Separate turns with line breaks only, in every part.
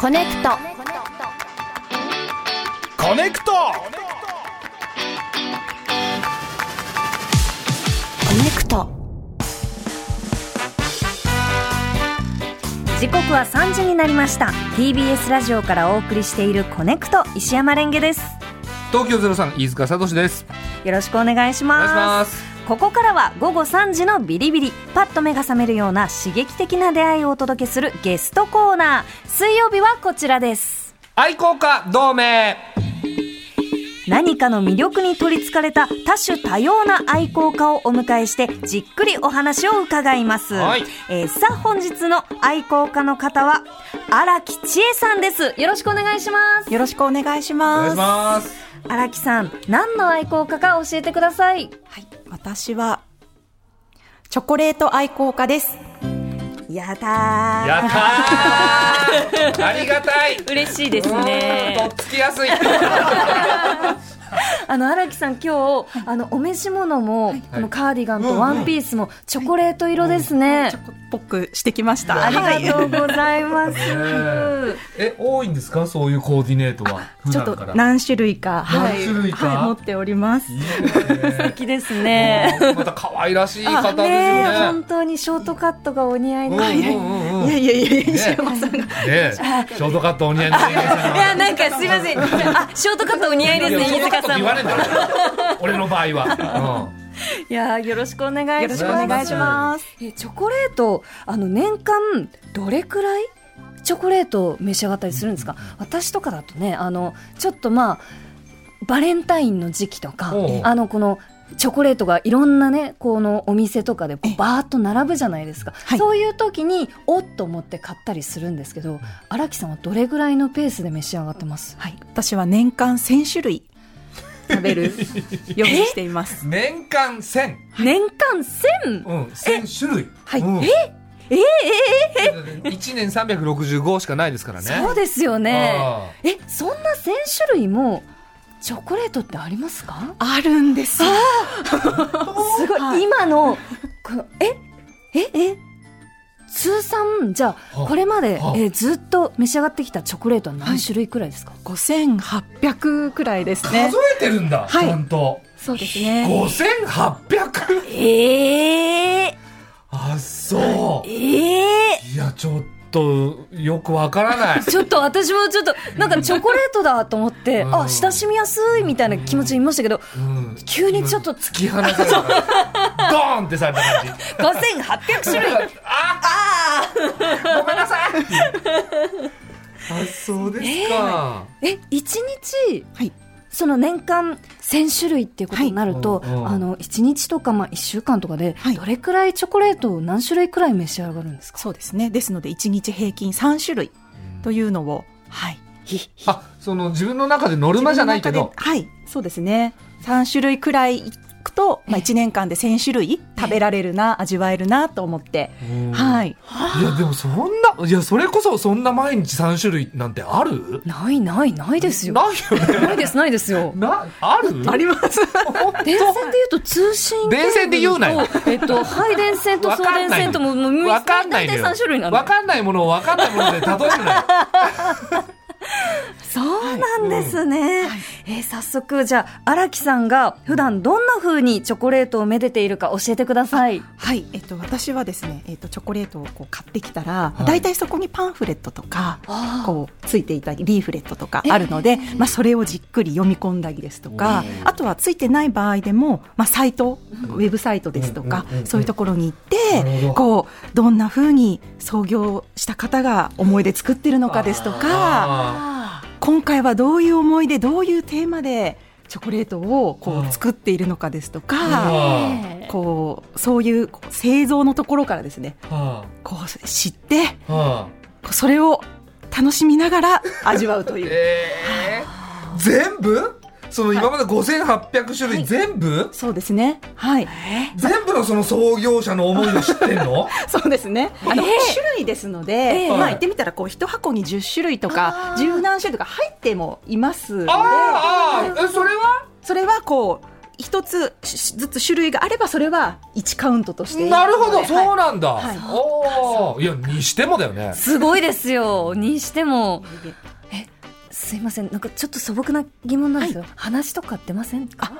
コネクト
コネクト
コネクト
時刻は3時になりました TBS ラジオからお送りしているコネクト石山レンゲです
東京ゼロさん飯塚聡です。
よろしくお願いし
お願い
ま
しますす。
ここからは午後3時のビリビリパッと目が覚めるような刺激的な出会いをお届けするゲストコーナー水曜日はこちらです
愛好家同盟。
何かの魅力に取りつかれた多種多様な愛好家をお迎えしてじっくりお話を伺います、
はい
えーさあ本日の愛好家の方は荒木千恵さんですよろしくお願いします
よろしくお願いし
お願
ま
い
す。
します。
荒木さん何の愛好家か教えてください
はい、私はチョコレート愛好家です。
やだー
やった ー。ありがたい。
嬉しいです
うんとっつきやすい。
あの荒木さん今日あのお召し物も、このカーディガンとワンピースもチョコレート色ですね、
チョコっぽくしてきました。
ありがとう
は
ございます、
え え多いんですかそういうコーディネートは普
いちょっ
段
と
から。
何種類か、は
何
い、
種類か
はい持っております
い。いね
好きですね
うんまた可愛らしい方ですよ
ねえ
ね
本。当にショートカットがお似合い
うん
の、
うん
い
うんうん
いや
ね
いやいやいや、石山さんが。
えショートカットお似合いの人間さんが
やなんかすいませんあショートカットお似合いで
い
す
や
ね
ショー
飯
トカ
塚
ットって
さん
言
も
わねえんだ ろ俺の場合は。うん
いやよろしくお願い
よ
し
ろ
ま
し
す
くお願いします。
えチョコレートあの年間どれくらいチョコレートを召し上がったりするんですか私とかだとねあのちょっとまあバレンタインの時期とか
おう
あのこのチョコレートがいろんなねこのお店とかでこう
ええ
バーッと並ぶじゃないですか、
はい
そういう時におっと思って買ったりするんですけど荒木さんはどれぐらいのペースで召し上がってます
はい、私は年間1000種類食べるようにしています。
年間1000。
年間1000
うん、1000種類。
はい
うん
えええ
1年365しかないですからね。
そうですよね
あ
えそんな1000種類もチョコレートってありますか
あるんですよ。
すごい、
はい
今 のこのえええ通算じゃあ
はあ
これまで、
はあ
えーずっと召し上がってきたチョコレートは何種類くらいですか、
5800くらいです
ー
ね
数。えてるんだ、
はい
ちゃんと。
そうですね。
5800!
ええ
あ、そう。
ええ
いや、ちょっと、よくわからない。
ちょっと私もちょっとなんかチョコレートだと思って、
うん
あ親しみやすいみたいな気持ちにいました けど
うん
急にちょっと
突き放されたから。ドーンってされた感じ。
5800種類
ああごめんなさいっていうあ、そうですか。
え一日、
はい
その年間1000種類っていうことになると、
はいうんうん
あの1日とかまあ1週間とかで
はい
どれくらいチョコレートを何種類くらい召し上がるんですか、
そうですね。ですので、1日平均3種類というのを、はい。
あ、その自分の中でノルマじゃないけど、
はい、そうですね。3種類くらいいくと、まあ、1年間で1000種類食べられるな、味わえるなと思って。はい。
いやでもそんないやそれこそそんな毎日3種類なんてある
ないないないですよ
ない
な
よね
いですないですよ
なある
あります。
電線で言うと通信
電線で言うなよ
ケーブルとえっと配電線と送電線ともうもう無理
わかんないの
大
よ
体3種類なの
わかんないものをわかんないもので例えるなよ
そうなんですね、えー早速じゃあ荒木さんが普段どんな風にチョコレートをめでているか教えてください
はい、えっと、私はですね、えっと、チョコレートをこう買ってきたら、
い
大体そこにパンフレットとか
あ。
こうついていたりリーフレットとかあるので、まあ、それをじっくり読み込んだりですとかあとはついてない場合でも、まあ、サイト、ウェブサイトですとか、
うんうんうんうん
そういうところに行って
なるほど
こうどんなふうに創業した方が思い出作ってるのかですとか
あ
今回はどういう思いでどういうテーマでチョコレートをこ
うん
う作っているのかですとか。
あ
こうそういうこう製造のところからですね
あ
こう知って
ああ
こうそれを楽しみながら味わうと いう
えー全部その今まで5800種類全部
そうですねはい
全部のその創業者の思いを知ってんの
そうですねあの、種類ですので、
ええ
まあ言ってみたらこう一箱に10種類とか十何種類とか入ってもいますので
ああああえそれは
それはこう一つずつ種類があればそれは1カウントとして
なるほど、そう
な
なんだ。
はい
おお、いや、にしてもだよね。
すごいですよ。にしても。え、すいません。なんかちょっと素朴な疑問なんですよ。話とか出ませんか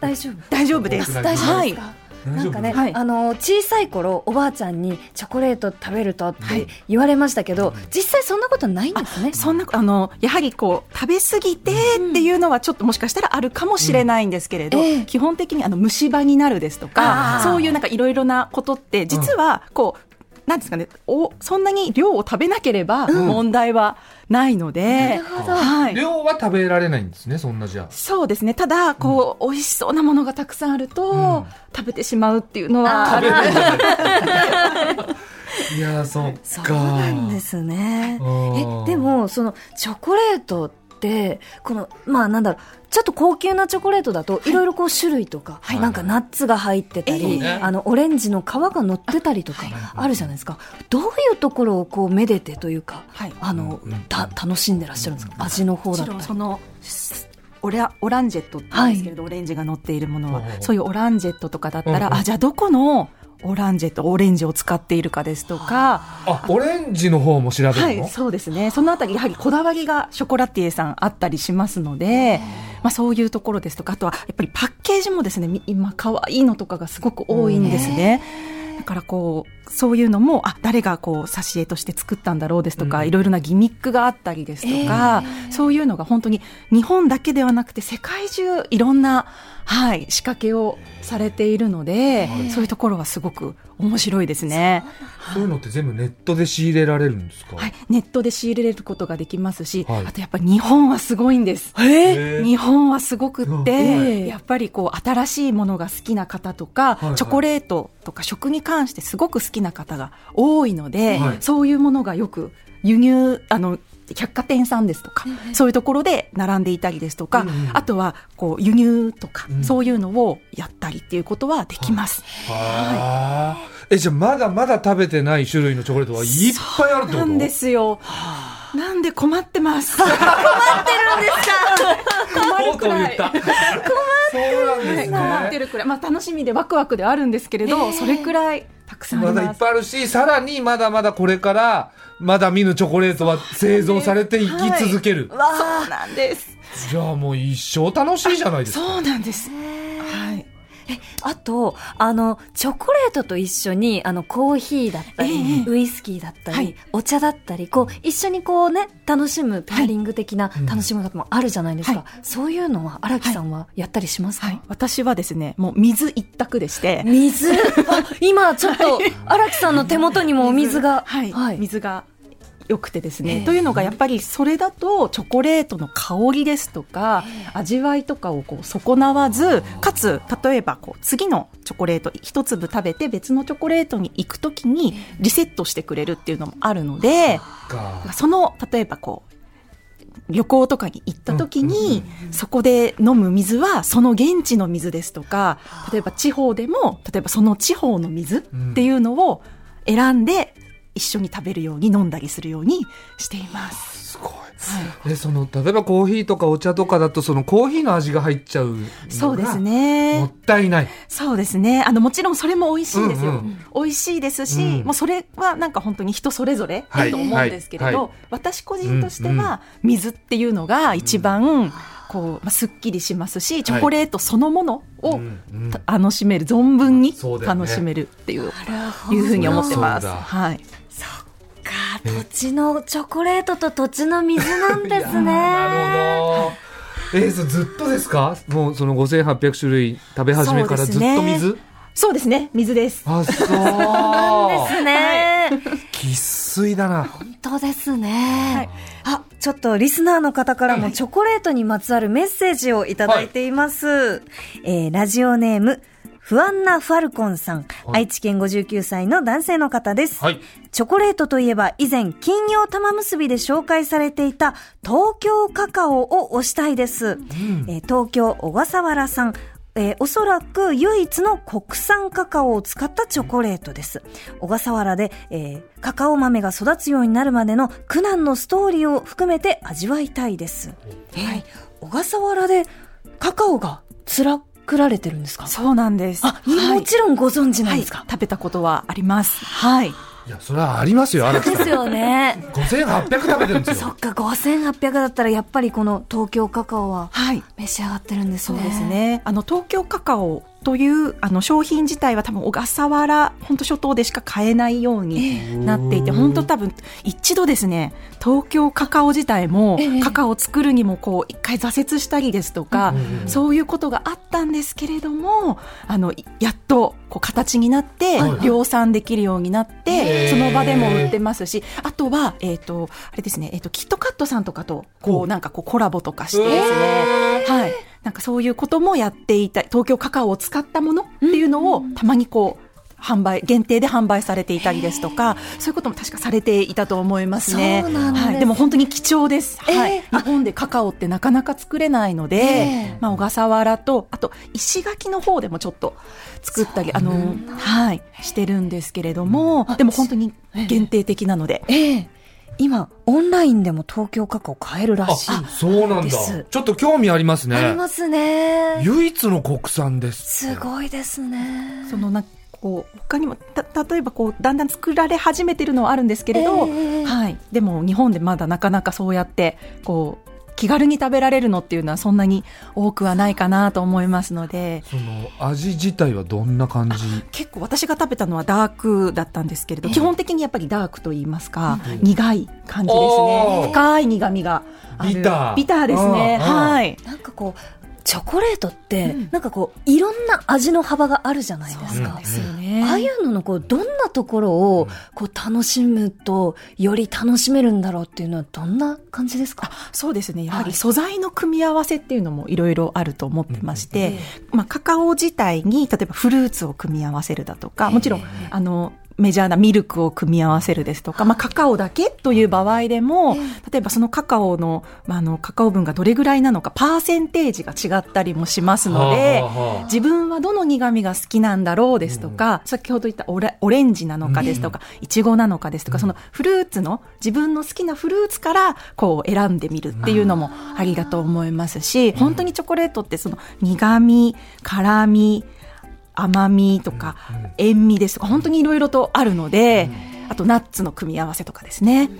大 丈夫
大丈夫です
大
大丈夫ですか、
は
なんかね、
大丈夫です
あの小さい頃おばあちゃんにチョコレート食べるとって
はい
言われましたけど、実際そんなことないんですね。
いそんなあのやはりこう食べ過ぎてっていうのはちょっともしかしたらあるかもしれないんですけれど、
うんええ
基本的にあの虫歯になるですと
あ
か
ー
そういうなんかいろいろなことって実はこう、なんですかねおそんなに量を食べなければ問題はないの
な
で
る、ほど。
はい、
量は食べられないんですね、そんなじゃあ。
そうですね。ただ、こう、美味しそうなものがたくさんあると、
うん
食べてしまうっていうのは
あ
あ
ー
る。
いや、そっか。
そうなんですね。
あー
え、でも、その、チョコレートって、この、まあなんだろう、ちょっと高級なチョコレートだと、いろいろこう種類とか、
はい
なんかナッツが入ってた
そう
り、
ね
あの、オレンジの皮が乗ってたりとか、あるじゃないですか。どういうところをこう、めでてというか、
はい。
あの
うんうん、
た、楽しんでらっしゃるんですか味の方
も
だ
ち
った
ろん、
り
そ。の、オラオランジェットって言うんですけれど、オレンジが乗っているものは
ほうほ、う
そういうオランジェットとかだった
うんうん
ら、あ、じゃあどこのオランジェット、オレンジを使っているかですとか、
あ、オレンジの方も調べるの、
はい、そうですね。そのあたり、やはりこだわりがショコラティエさんあったりしますので、まあそういうところですとか、あとはやっぱりパッケージもですね、み今可愛いのとかがすごく多いんですね。だからこう、そういうのも、あ、誰がこう、挿絵として作ったんだろうですとか、
うん
いろいろなギミックがあったりですとか、そういうのが本当に日本だけではなくて世界中いろんな、はい、仕掛けをされているので、そういうところはすごく面白いですね。
そういうのって全部ネットで仕入れられるんですか、
はい、ネットで仕入れることができますし、
はい
あとやっぱ日本はすごいんです。
へー
日本はすごくっ
うん
て、
はい
やっぱりこう新しいものが好きな方とか、
いはい
チョコレートとか食に関してすごく好きな方が多いので、
はい
そういうものがよく輸入あの百貨店さんですとか、そういうところで並んでいたりですとか、
うんうん
あとはこう輸入とか、
うん
そういうのをやったりっていうことはできます。
はーえ、じゃあまだまだ食べてない種類のチョコレートはいっぱいあるってこと
なんですよ。なんで困って ます。困って るんですか。困るくらい。
とう言った。そうなんですね。
困ってるくらい、まあ、楽しみでワクワクではあるんですけれど、それくらいたくさんあり
まだい
ま
っ
す。
ぱいあるし、さらにまだまだこれから、まだ見ぬチョコレートは製造されていき続ける。
そうなんです。
じゃあもう一生楽しいじゃないですか。
そうなんです。はい。
あと、あの、チョコレートと一緒に、あの、コーヒーだったり、
ええ
ウイスキーだったり、
はい
お茶だったり、こう、一緒にこうね、楽しむ、ペアリング的な
うん
楽しみ方もあるじゃないですか。
は
そういうのは、荒木さんはやったりしますか、
はい。私はですね、もう水一択でして、
水あ今、ちょっと、荒木さんの手元にもお水が。
はい、
はい
水が良くてです
え
ね、
え
というのがやっぱりそれだとチョコレートの香りですとか、味わいとかをこう損なわずかつ例えばこう次のチョコレート一粒食べて別のチョコレートに行くときにリセットしてくれるっていうのもあるので、
か
その例えばこう旅行とかに行った時に、そこで飲む水はその現地の水ですとか例えば地方でも例えばその地方の水っていうのを選んで一緒に食べるように飲んだりするようにしています。
すごい。で、その、例えばコーヒーとかお茶とかだと、そのコーヒーの味が入っちゃうのが。
そうです
も
ね
っ。たいない。
そうですね。あの、もちろんそれも美味しいんですよ。
うんうん
美味しいですし、
うん
もうそれはなんか本当に人それぞれ
は
だ
い
と思うんですけれど、
はい
私個人としては、水っていうのが一番、こう、まあ、すっきりしますし、チョコレートそのものを、
うんうん
た楽しめる、存分に
そうだよね
楽しめるっていう、
なるほ
いうふうに思ってます。
そうだ
はい。
どか土地のチョコレートと土地の水なんで すね。
なるほど。えー、そうずっとですかもうその5800種類食べ始めからずっと
そうです
水、
ねそうですね。水です。
あ、そう。
ですね。
生粋だな。
本当ですね、あちょっとリスナーの方からもチョコレートにまつわるメッセージをいただいています、えーラジオネーム不安なファルコンさん、
はい
愛知県59歳の男性の方です、
はい。
チョコレートといえば以前金曜玉結びで紹介されていた東京カカオを推したいです。えー東京小笠原産。えーおそらく唯一の国産カカオを使ったチョコレートです。小笠原で、えーカカオ豆が育つようになるまでの苦難のストーリーを含めて味わいたいです。はい。小笠原でカカオが辛作られてるんですか
そうなんです。
あ、
は
も
い
ちろんご存知なん
はい
ですか、
食べたことはあります。はい。
いや、それはありますよ、荒木
で
さん
す。よね。
5800食べてるんです
そっ
よ。
か、5800だったらやっぱりこの東京カカオは
はい。
召し上がってるんです
そう
ね。
です。ね。あの東京カカオというあの商品自体は多分小笠原本当諸島でしか買えないようになっていて、
ええ
本当多分一度ですね、東京カカオ自体も、
ええ
カカオを作るにもこう一回挫折したりですとか、
うん
そういうことがあったんですけれども、あのいやっとこう形になって
はい
量産できるようになって、
へえ
その場でも売ってますし、あとはえっ、とあれですね、えっ、とキットカットさんとかとこ
お
うなんかこうコラボとかしてですね。はい。なんかそういうこともやっていた、東京カカオを使ったものっていうのをたまにこう、販売、限定で販売されていたりですとか、そういうことも確かされていたと思いますね。
そうなんですね
はい。でも本当に貴重です。
えー
はい。日本でカカオってなかなか作れないので、
えー
まあ小笠原と、あと石垣の方でもちょっと作ったり、あの、はい、してるんですけれども、でも本当に限定的なので、
ええ今、オンラインでも東京カカオ買えるら
あ、
しい。
そうなんだ。
です
ちょっと興味あります
あり
ね。
ますね。
唯一の国産です。
すごいですね。
そのなこう他にもた例えばこうだんだん作られ始めてるのはあるんですけれど、
ええ
はい、でも日本でまだなかなかそうやってこう気軽に食べられるのっていうのはそんなに多くはないかなと思いますので
その味自体はどんな感じ
結構私が食べたのはダークだったんですけれど、基本的にやっぱりダークと言いますか、
うん
苦い感じです
おー
ね深い苦みがある
ビター
ビターですね
うんうん
はい
なんかこう、チョコレートって、
うん
なんかこう、いろんな味の幅があるじゃないで
そ
す
う
か。
なんですよ
ああい
ね
うののこうどんなところをこう楽しむとより楽しめるんだろうっていうのはどんな感じですか
そうですねやは
はい
り素材の組み合わせっていうのもいろいろあると思ってまして、
え
まあ、カカオ自体に例えばフルーツを組み合わせるだとかもちろんあのメジャーなミルクを組み合わせるですとか、まあ、カカオだけという場合でも、例えばそのカカオの、まあ、あの、カカオ分がどれぐらいなのか、パーセンテージが違ったりもします
は、
ので
あはあはあ
自分はどの苦味が好きなんだろうですとか、先ほど言ったオレオレンジなのかですとか、いちごなのかですとか、そのフルーツの、自分の好きなフルーツからこう選んでみるっていうのもありだと思いますし、本当にチョコレートってその苦味、辛味、甘みとか、塩味ですとか、本当にいろいろとあるので、あとナッツの組み合わせとかですね。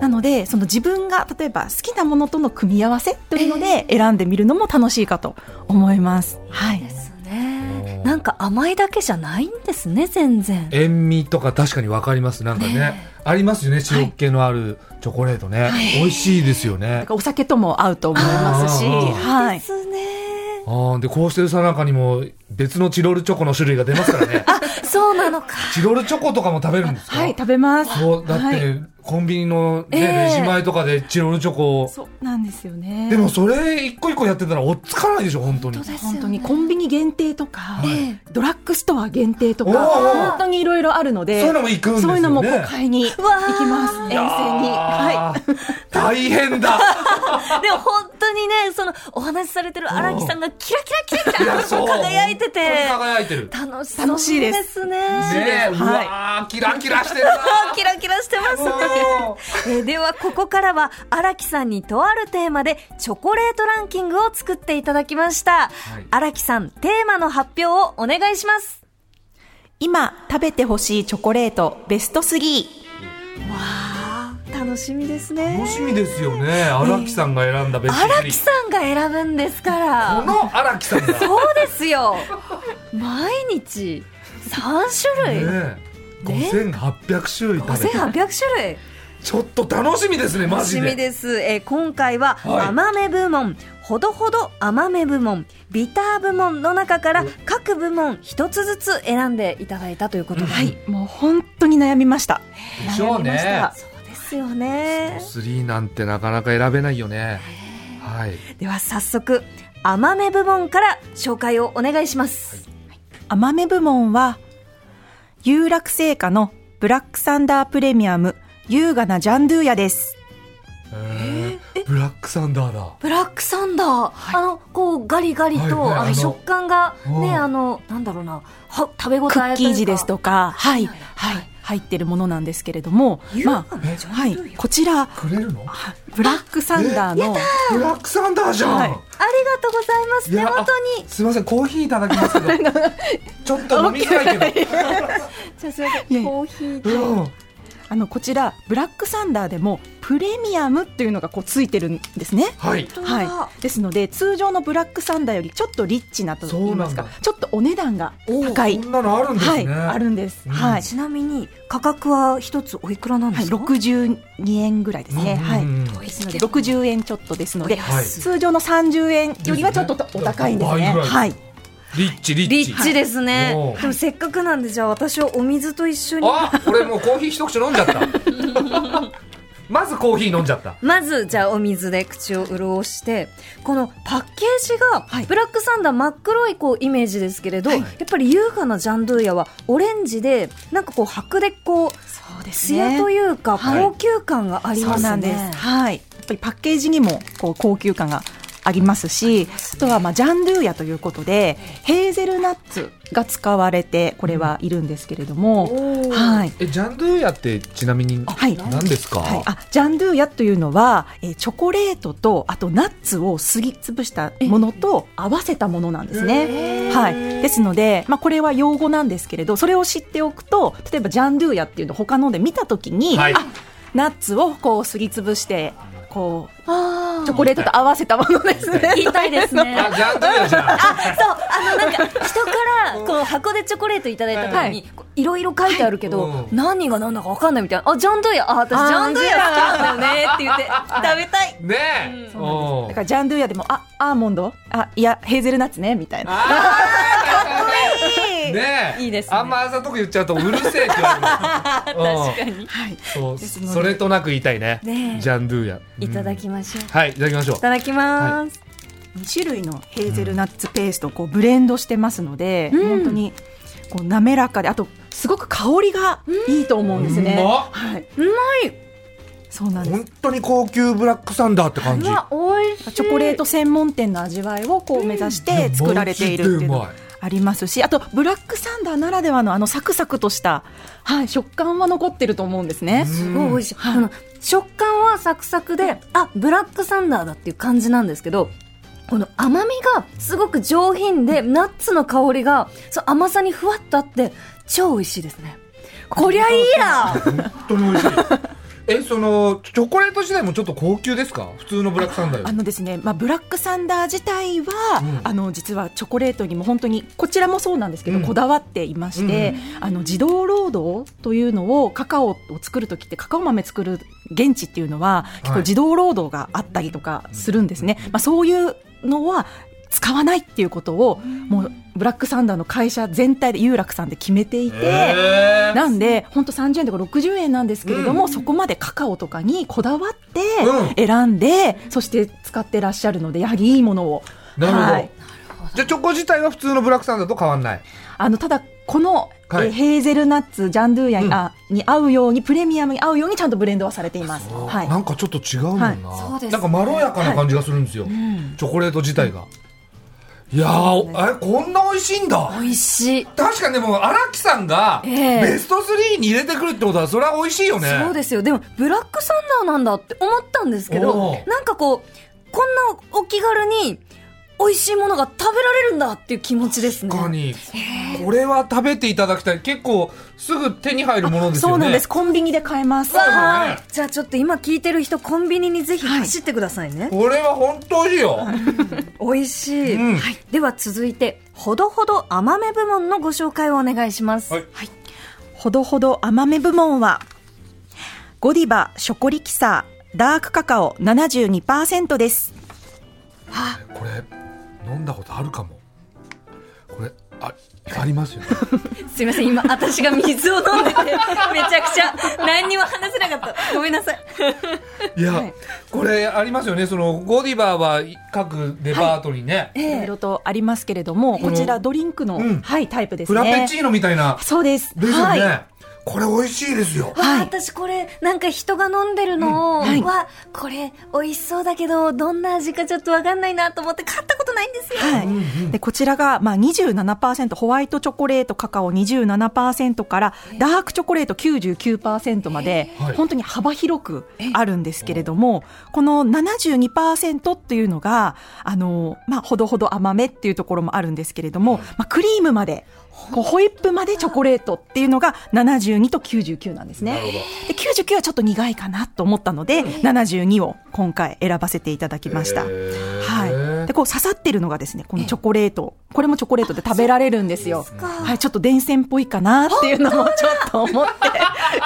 なので、その自分が例えば好きなものとの組み合わせというので選んでみるのも楽しいかと思います。はい。
ですねなんか甘いだけじゃないんですね全然
塩味とか確かにわかります。なんかね。ありますよね。塩っ気のあるチョコレートね。美味しいですよね。
お酒とも合うと思いますし、
あー
は
で
い。
すね
ああ、で、こうしてるさなかにも別のチロルチョコの種類が出ますから ね。
そうなのか
チロルチョコとかも食べるんですか
はい、食べます。
そう、だって、
はい、
コンビニのね、
ええ
レジ前とかでチロルチョコを。
そうなんですよね。
でもそれ一個一個やってたら追っつかないでしょ、本当に。
本当ですよね
本当にコンビニ限定とか、
はい
え
ドラッグストア限定とか、
おー
本当にいろいろあるので、
そういうのも行くんですよね
そういうのもこう買いに行き
わー
ます。遠征に。はい。
いやー。 大変だ
えでも本当にねそのお話しされてる荒木さんがキラキラキラキ
いや、
ラ
そう。
輝いてて
本当に輝いてる。
楽し
楽しいで
そう
す
ですね
ねえ、
はいう
わー、キラキラしてるな
キラキラしてますね
もう
えーではここからは荒木さんにとあるテーマでチョコレートランキングを作っていただきました
い
荒、木さんテーマの発表をお願いします
今食べてほしいチョコレートベスト3。
楽しみですね
楽しみですよね。荒木さんが選んだベスト
荒木
3。
さんが選ぶんですか
こ
ら
の荒木さんだ。
そうですよ毎日3種類、
ねえ5800種類食べて
5800種類
ちょっと楽しみですねマ
楽
ジ
し
で
みです、えー今回は
はい
甘め部門、ほどほど甘め部門ビター部門の中から各部門一つずつ選んでいただいたということで、
はい。もう本当に悩みました。
でしょう
悩みました
ね
そうですよね
3なんてなかなか選べないよねはい
では早速甘め部門から紹介をお願いします、
甘め部門は、有楽製菓のブラックサンダープレミアム優雅なジャンドゥーヤです。
へえブラックサンダーだ
ブラックサンダー、あのこうガリガリと、
はいはい
あ
あ
の
の
食感が
うん
ねあのなんだろうなは食べ応え
クッキー地です
か
とか、はい、
はい
はい、入ってるものなんですけれども、まあ、
え
はい、こちら、
くれるの
はブラックサンダーの、
ブラックサンダーじゃん、
はいい、
ありがとうございます。手
や
元
あ
に。
すみませんコーヒーいただきますけどちょっと飲みづらいけ
じゃあ、すみま
い
せ
や
ん。
いや
コーヒーと。
ど、うん、
あのこちらブラックサンダーでもプレミアムっていうのがこうついてるんですね。
はい
本当だ
はい、ですので通常のブラックサンダーよりちょっとリッチなと言いま
そう
すか
なん
ちょっとお値段が高い
こんなのあるんです
はい、
ね、
あるんです、
うん
はい
ちなみに、価格は一つおいくらなんで
はい、
すか。
62円ぐらいですね、
うん
はい
うん
遠い
ですの
け
で
ど
60円ちょっとですので、
はい
通常の30円よりはちょっとお高いんですね
ですね
はい
リッチリッチ
リッチですね
お。ー
でも、せっかくなんで、じゃあ、私はお水と一緒に。
あ俺もうコーヒー一口飲んじゃった まずコーヒー飲んじゃった
まず、じゃあお水で口を潤して、このパッケージが、
はい
ブラックサンダー真っ黒いこうイメージですけれど、やっぱり優雅なジャンドゥーヤはオレンジで、なんかこう白でこう、
そうで
ツヤというか、
はい
高級感があり
そ
ま
うな
す
ん
ね。
です、はい、やっぱりパッケージにもこう高級感がありますしあとはまあジャンドゥーヤということでヘーゼルナッツが使われてこれはいるんですけれども、
おー
はい
えジャンドゥーヤってちなみに
はい
何ですか、
はい、あジャンドゥーヤというのは、えーチョコレートとあとナッツをすりつぶしたものと合わせたものなんですね。はい、ですので、まあ、これは用語なんですけれどそれを知っておくと例えばジャンドゥーヤっていうのを他ので見た時に、
はい
あナッツをこうすりつぶしてこうチョコレートと合わせたものですね。
言いたいですね。
あジャンドゥーヤじゃん
あ、そう、あの、なんか、人から、こう、箱でチョコレートいただいた時に、こういろいろ書いてあるけど、
はい
何が何だかわかんないみたいな。あ、ジャンドゥーヤ、あ、私
あー
ジャンドゥーヤ好きなんだよねって言って、食べたい。
ねえ、
そう なんですだからジャンドゥーヤでもあアーモンドあいやヘーゼルナッツねみたいな。
おーねえ
いいですね
あんまあざとく言っちゃうとうるせえって言われる 確かに
はい
そう
ですので
それとなく言いたいね
ねえ
ジャンドゥーヤ
いただき
ま
ましょう。
はいいただきましょう
いただきます。
2種類のヘーゼルナッツペーストをこうブレンドしてますので、
うん
本当にこう滑らかであとすごく香りがいいと思うんですね、
うんまっ
はいう
まい
そうなんです
本当に高級ブラックサンダーって感じ
うわ、美味しい。
チョコレート専門店の味わいをこう目指して作られているっていうの
マ
が
ジで
ありますしあとブラックサンダーならではのあのサクサクとした、はい、食感は残ってると思うんですね
うまい
すごい美味しい。あの食感はサクサクで、あ、ブラックサンダーだっていう感じなんですけど、この甘みがすごく上品で、ナッツの香りが、そう甘さにふわっとあって、超美味しいですね。こりゃいいや
本当に美味しいえそのチョコレート自体もちょっと高級ですか普通のブラックサンダーよ
あ
り
のですね、まあ、ブラックサンダー自体は、
うん
あの実はチョコレートにも本当にこちらもそうなんですけど、
うん
こだわっていまして、あの児童労働というのをカカオを作る時ってカカオ豆作る現地っていうのは結
はい
構児童労働があったりとかするんですね、まあ、そういうのは使わないっていうことを、もうブラックサンダーの会社全体で有楽さんで決めていて。
えー
なんで本当30円とか60円なんですけれども、
う
そこまでカカオとかにこだわって
うん
選んで、そして使ってらっしゃるのでやはりいいものを
なるほど、
はい
じゃあチョコ自体は普通のブラックサンダーと変わんない
あのただこの、
はい
えーヘーゼルナッツジャンドゥーヤに,、
うん
あに合うようにプレミアムに合うようにちゃんとブレンドはされています。はい
なんかちょっと違うもんな、
はい
そうですね
なんかまろやかな感じがするんですよ、チョコレート自体が、いやーえこんな美味しいんだ
美味しい。
確かにでも荒木さんが
ええ
ベスト3に入れてくるってことはそれは美味しいよね、
そうですよ。でも、ブラックサンダーなんだって思ったんですけ
お
ど
ー、
なんかこう、こんなお気軽に、美味しいものが食べられるんだっていう気持ちですね。
確かにこれは食べていただきたい結構すぐ手に入るものですよね
そうなんです。コンビニで買えます。
わ
はいじゃあちょっと今聞いてる人、コンビニにぜひ走ってくださいね。
これは本当美味しいよ
美味しい、
うん
はいでは続いてほどほど甘め部門のご紹介をお願いします、
はい
ほどほど甘め部門は、ゴディバショコリキサーダークカカオ72%です。
これ飲んだことあるかもこれあありますよね
すいません今私が水を飲んで てめちゃくちゃ何にも話せなかったごめんなさい
いや、
はい
これありますよねそのゴディバーは各デパートにね、
いろいろとありますけれども、こちらドリンクの、
うん
はい、タイプです
フ
ね。
ラペチーノみたいな、
そうです。
ですよね、
はい。
これ美味しいですよ。
わあ、
はい
私これなんか人が飲んでるのを、
んはい
わこれ美味しそうだけどどんな味かちょっとわかんないなと思って買ったことないんですよ、
はいでこちらが、まあ、27%ホワイトチョコレートカカオ27%からダークチョコレート99%まで、
はい
本当に幅広くあるんですけれども、この72%っていうのがあの、まあ、ほどほど甘めっていうところもあるんですけれども、まあ、クリームまでこうホイップまでチョコレートっていうのが72と99なんですね。で99はちょっと苦いかなと思ったので、72を今回選ばせていただきました。はい、でこう刺さってるのがですねこのチョコレート、これもチョコレートで食べられるんですよはい、ちょっと電線っぽいかなっていうのもちょっと思って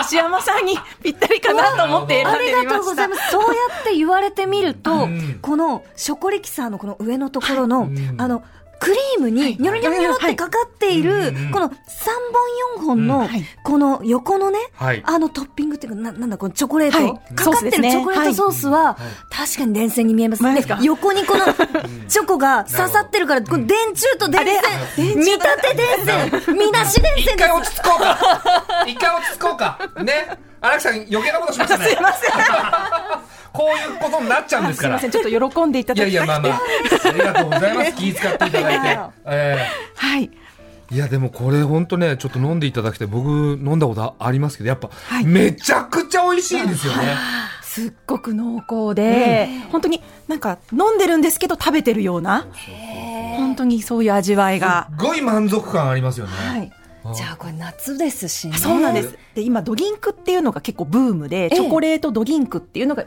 石山さんにぴったりかなと思って選
あ
ん
り
でみ
がと
ま
うご
し
ざい
た
ます。そうやって言われてみると、
うん
このショコリキサーのこの上のところの、
ん
あの、クリームにニョロニョロニョロってかかっている、
うん
この3本4本
う
の
んはい、
この横のね、
はい
あのトッピングっていうか、ななんだ、このチョコレート、
はい
かかってるチ
ソースですね
ョコレートソースは、確かに電線に見えます
見え
ね
ますか。
横にこのチョコが刺さってるから、この電柱と電線、見立て電線、みなし電
一
線
回
で
落ち着こうか。一回落ち着こうか。ね。荒木さん余計なことしましたね。すいません。 こういうことになっちゃうんです
す
か
い
ら
ませ。んちょっと喜んでいた
いや
だ
い
きた
や、
い
まあまあ。ありがとうございます。気遣っていた
いやい
だい
や
て。え
はい
えいや、でもこれ本当ね、ちょっと飲んでいただきたい。僕飲んだことありますけど、やっぱ、
い
めちゃくちゃ美味しいですよね。
すっごく濃厚で、本当になんか飲んでるんですけど食べてるような本当にそういう味わいが、
すっごい満足感ありますよね。
はい、
じゃあこれ夏ですしね。
そうなんです。で、今、ドリンクっていうのが結構ブームで、
え
チョコレートドリンクっていうのが、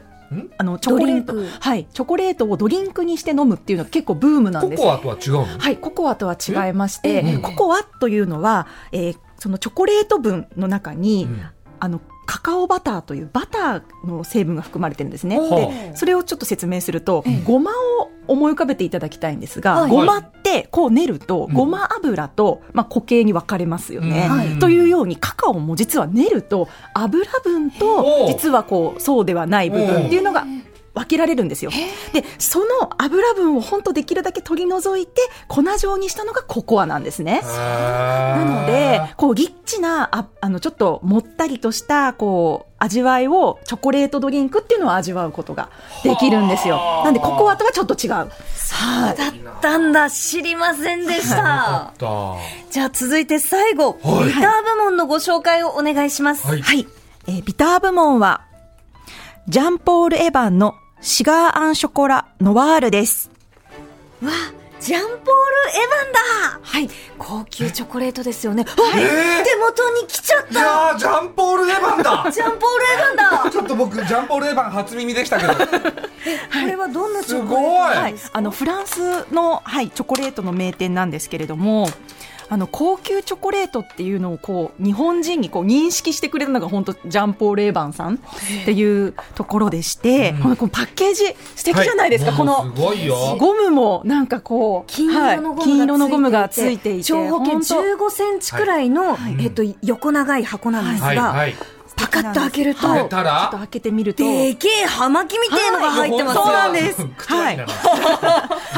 あの、チョコレート
ドリンク、
はい、チョコレートをドリンクにして飲むっていうのが結構ブームなん
コ
です。
コアとは違うの
はい、ココアとは違いまして、ココアというのは、えーそのチョコレート分の中に、
うん
あの、カカオバターというバターの成分が含まれてるんですね。
は
で、それをちょっと説明すると、ごまを思い浮かべていただきたいんですが、
はい
ごまってこう練ると、ごま油と、まあ、固形に分かれますよね。というようにカカオも実は練ると油分
お
と
う
実はこうそうではない部分っていうのが分けられるんですよ。でその油分を本当できるだけ取り除いて粉状にしたのがココアなんですね。な
な
ので、こうリッチなああのちょっともったりとしたこう味わいをチョコレートドリンクっていうのを味わうことができるんですよ。なんでココアとはちょっと違う。はい。
だったんだ、知りませんでした。
だ。は
じゃあ続いて最後、ビタ
はい
ー部門のご紹介をお願いします。
い。
はい。えービター部門は、ジャンポール・エヴァンのシガーアンショコラ・ノワールです。
わ、ジャンポール・エヴァンだ
はい。
高級チョコレートですよね。あ手元に来ちゃっ
い
た
やー、ジャンポール・エヴァンだ
ジャンポール・エヴァンだ
ちょっと僕、ジャンポール・エヴァン初耳でしたけど。
これはどんなチ
す
ョコレート
ごい、
はい。あの、フランスの、はい、チョコレートの名店なんですけれども、あの、高級チョコレートっていうのをこう、日本人にこう認識してくれたのが本当ジャンポール・エヴァンさんっていうところでして、このこのパッケージ素 敵じゃないですか、
は
この。
もうすごいよ。
ゴムもなんかこう
金色のゴムがついていて、
はい金色のゴム
長方
がついていて
形
本当
15センチくらいの、えっと、横長い箱なんですが、
はい、はい。
パカッと開けると、
入れた
ちょっと
ら
開けてみると
でけえ葉巻みてえのが入ってますよ。
そうなんです
口が開いた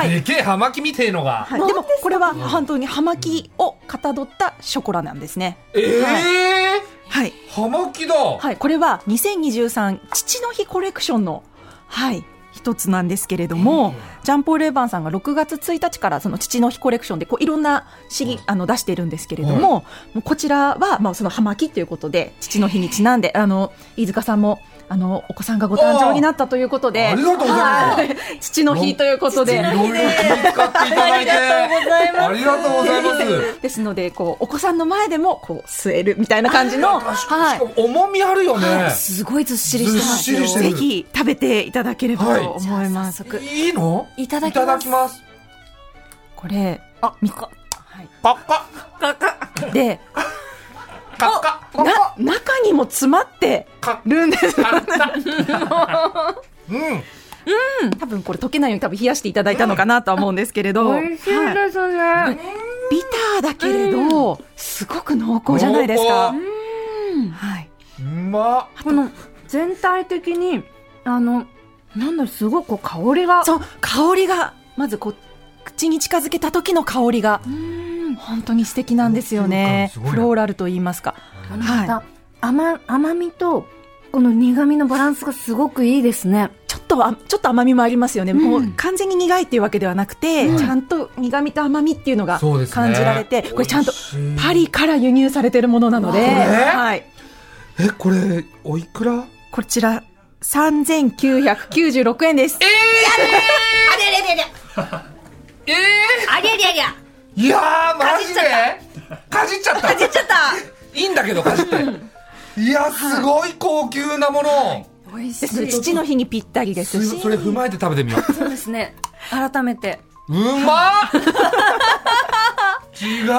なでけえ葉巻みてえのが。
はい、でもこれは本当に葉巻をかたどったショコラなんですね。
ええ
はい、
ー、葉巻だ。
はい、これは2023父の日コレクションの、はい、一つなんですけれども、ジャンポール・エヴァンさんが6月1日からその父の日コレクションでこういろんなシリ、あの出しているんですけれども、もうこちらは、まあ、その葉巻ということで父の日にちなんであの飯塚さんもあのお子さんがご誕生になったということで
ありがとうございます
はい父の日ということで。
いろいろ気遣っていただいて。ありがとうございます。
ですので、こう、お子さんの前でも、こう、吸えるみたいな感じの、は
しかも重みあるよね。
すごいずっしりしてますよ。
ずっしりしてる
い。ぜひ、食べていただければと思います。
早速
いいの
いただきます
ます。
これ、
あ、みか。
パッカ
で、
ッ、カッカッ、
な、中にも詰まってるんです。
うん。
多分これ溶けないように多分冷やしていただいたのかなとは思うんですけれど。はい
すね。
ビターだけれど、すごく濃厚じゃないですか
濃。
はい。
うま
この全体的に、あの、なんだろう、すごいこう香りが。
そう、香りが、まずこう、口に近づけた時の香りが、本当に素敵なんですよね。
すごいな
フローラルと言いますか。
あのまた、甘、甘みと、この苦味のバランスがすごくいいですね。
ちょっとあちょっと甘みもありますよね、もう完全に苦いっていうわけではなくて、
うん
ちゃんと苦みと甘みっていうのが
そうですね
感じられて、これちゃんと
美味しい
パリから輸入されてるものなので、
これ
はい、
えこれおいくら
こちら3996円です。
ありゃりゃりゃりゃ
ええ
ありゃりゃりゃ
ー、いやーマジでかじっちゃった
出ちゃった
いいんだけどかじっていやすごい高級なもの、
美味し
です父の日にぴったりです
す
し
それ踏まえて食べてみよう
そうですね。改めて。
うまっ違う、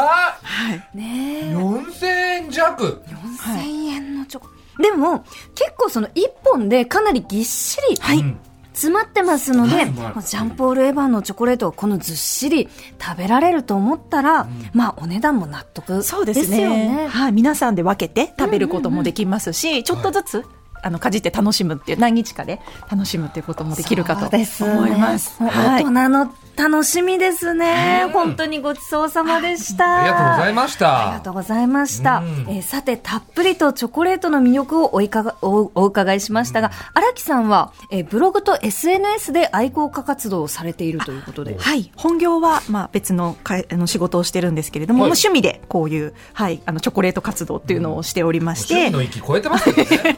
ねえ。
4000円弱
1000円のチョコ。でも、結構その1本でかなりぎっしり、
うん
詰まってますの
は
で、
いはい
まあジャンポール・エヴァンのチョコレートをこのずっしり食べられると思ったら、まあお値段も納得です
そ
よ
う
ね。
ですねはい、皆さんで分けて食べることもできますし、ちょっとずつ、あのかじって楽しむっていう何日かで楽しむっていうこともできるかと
そう
思い
ですね
ます。
もう
は
大
い
人の楽しみですね。本当にごちそうさまでした。
ありがとうございまし
ありが
た
とうございました。
うん
えーさて、たっぷりとチョコレートの魅力をおいかが おお伺いしましたが、荒、木さんは、えーブログと SNS で愛好家活動をされているということで。
はい、本業は、まあ、別のかいあの仕事をしてるんですけれども、
はい
もう趣味でこういう、はい、あのチョコレート活動っていうのをしておりまし
趣味
て、
の域超えてますけどね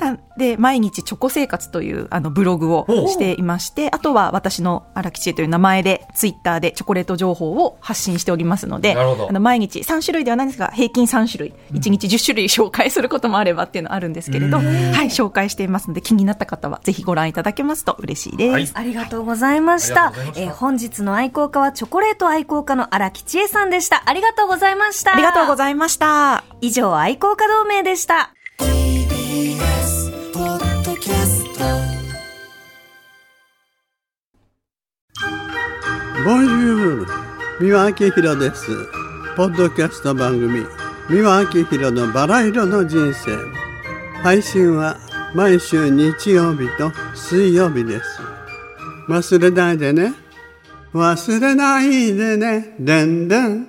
なんで毎日チョコ生活というあのブログを
お
していましてあとは私の荒木千恵という名前でツイッターでチョコレート情報を発信しておりますので
なるほど
あの毎日3種類ではないんですが平均3種類1日10種類紹介することもあればっていうのあるんですけれど、はい、紹介していますので気になった方はぜひご覧いただけますと嬉しいです。
はい
ありがとうございました。
ありがとうござい
えー
ました
本日の愛好家はチョコレート愛好家の荒木千恵さんでした。ありがとうございました。
ありがとうご
いま
ざいました。
す。以上、愛好家同盟でした。
ボンジュール三輪明宏ですポッドキャスト番組三輪明宏のバラ色の人生配信は毎週日曜日と水曜日です忘れないでね忘れないでねでんでん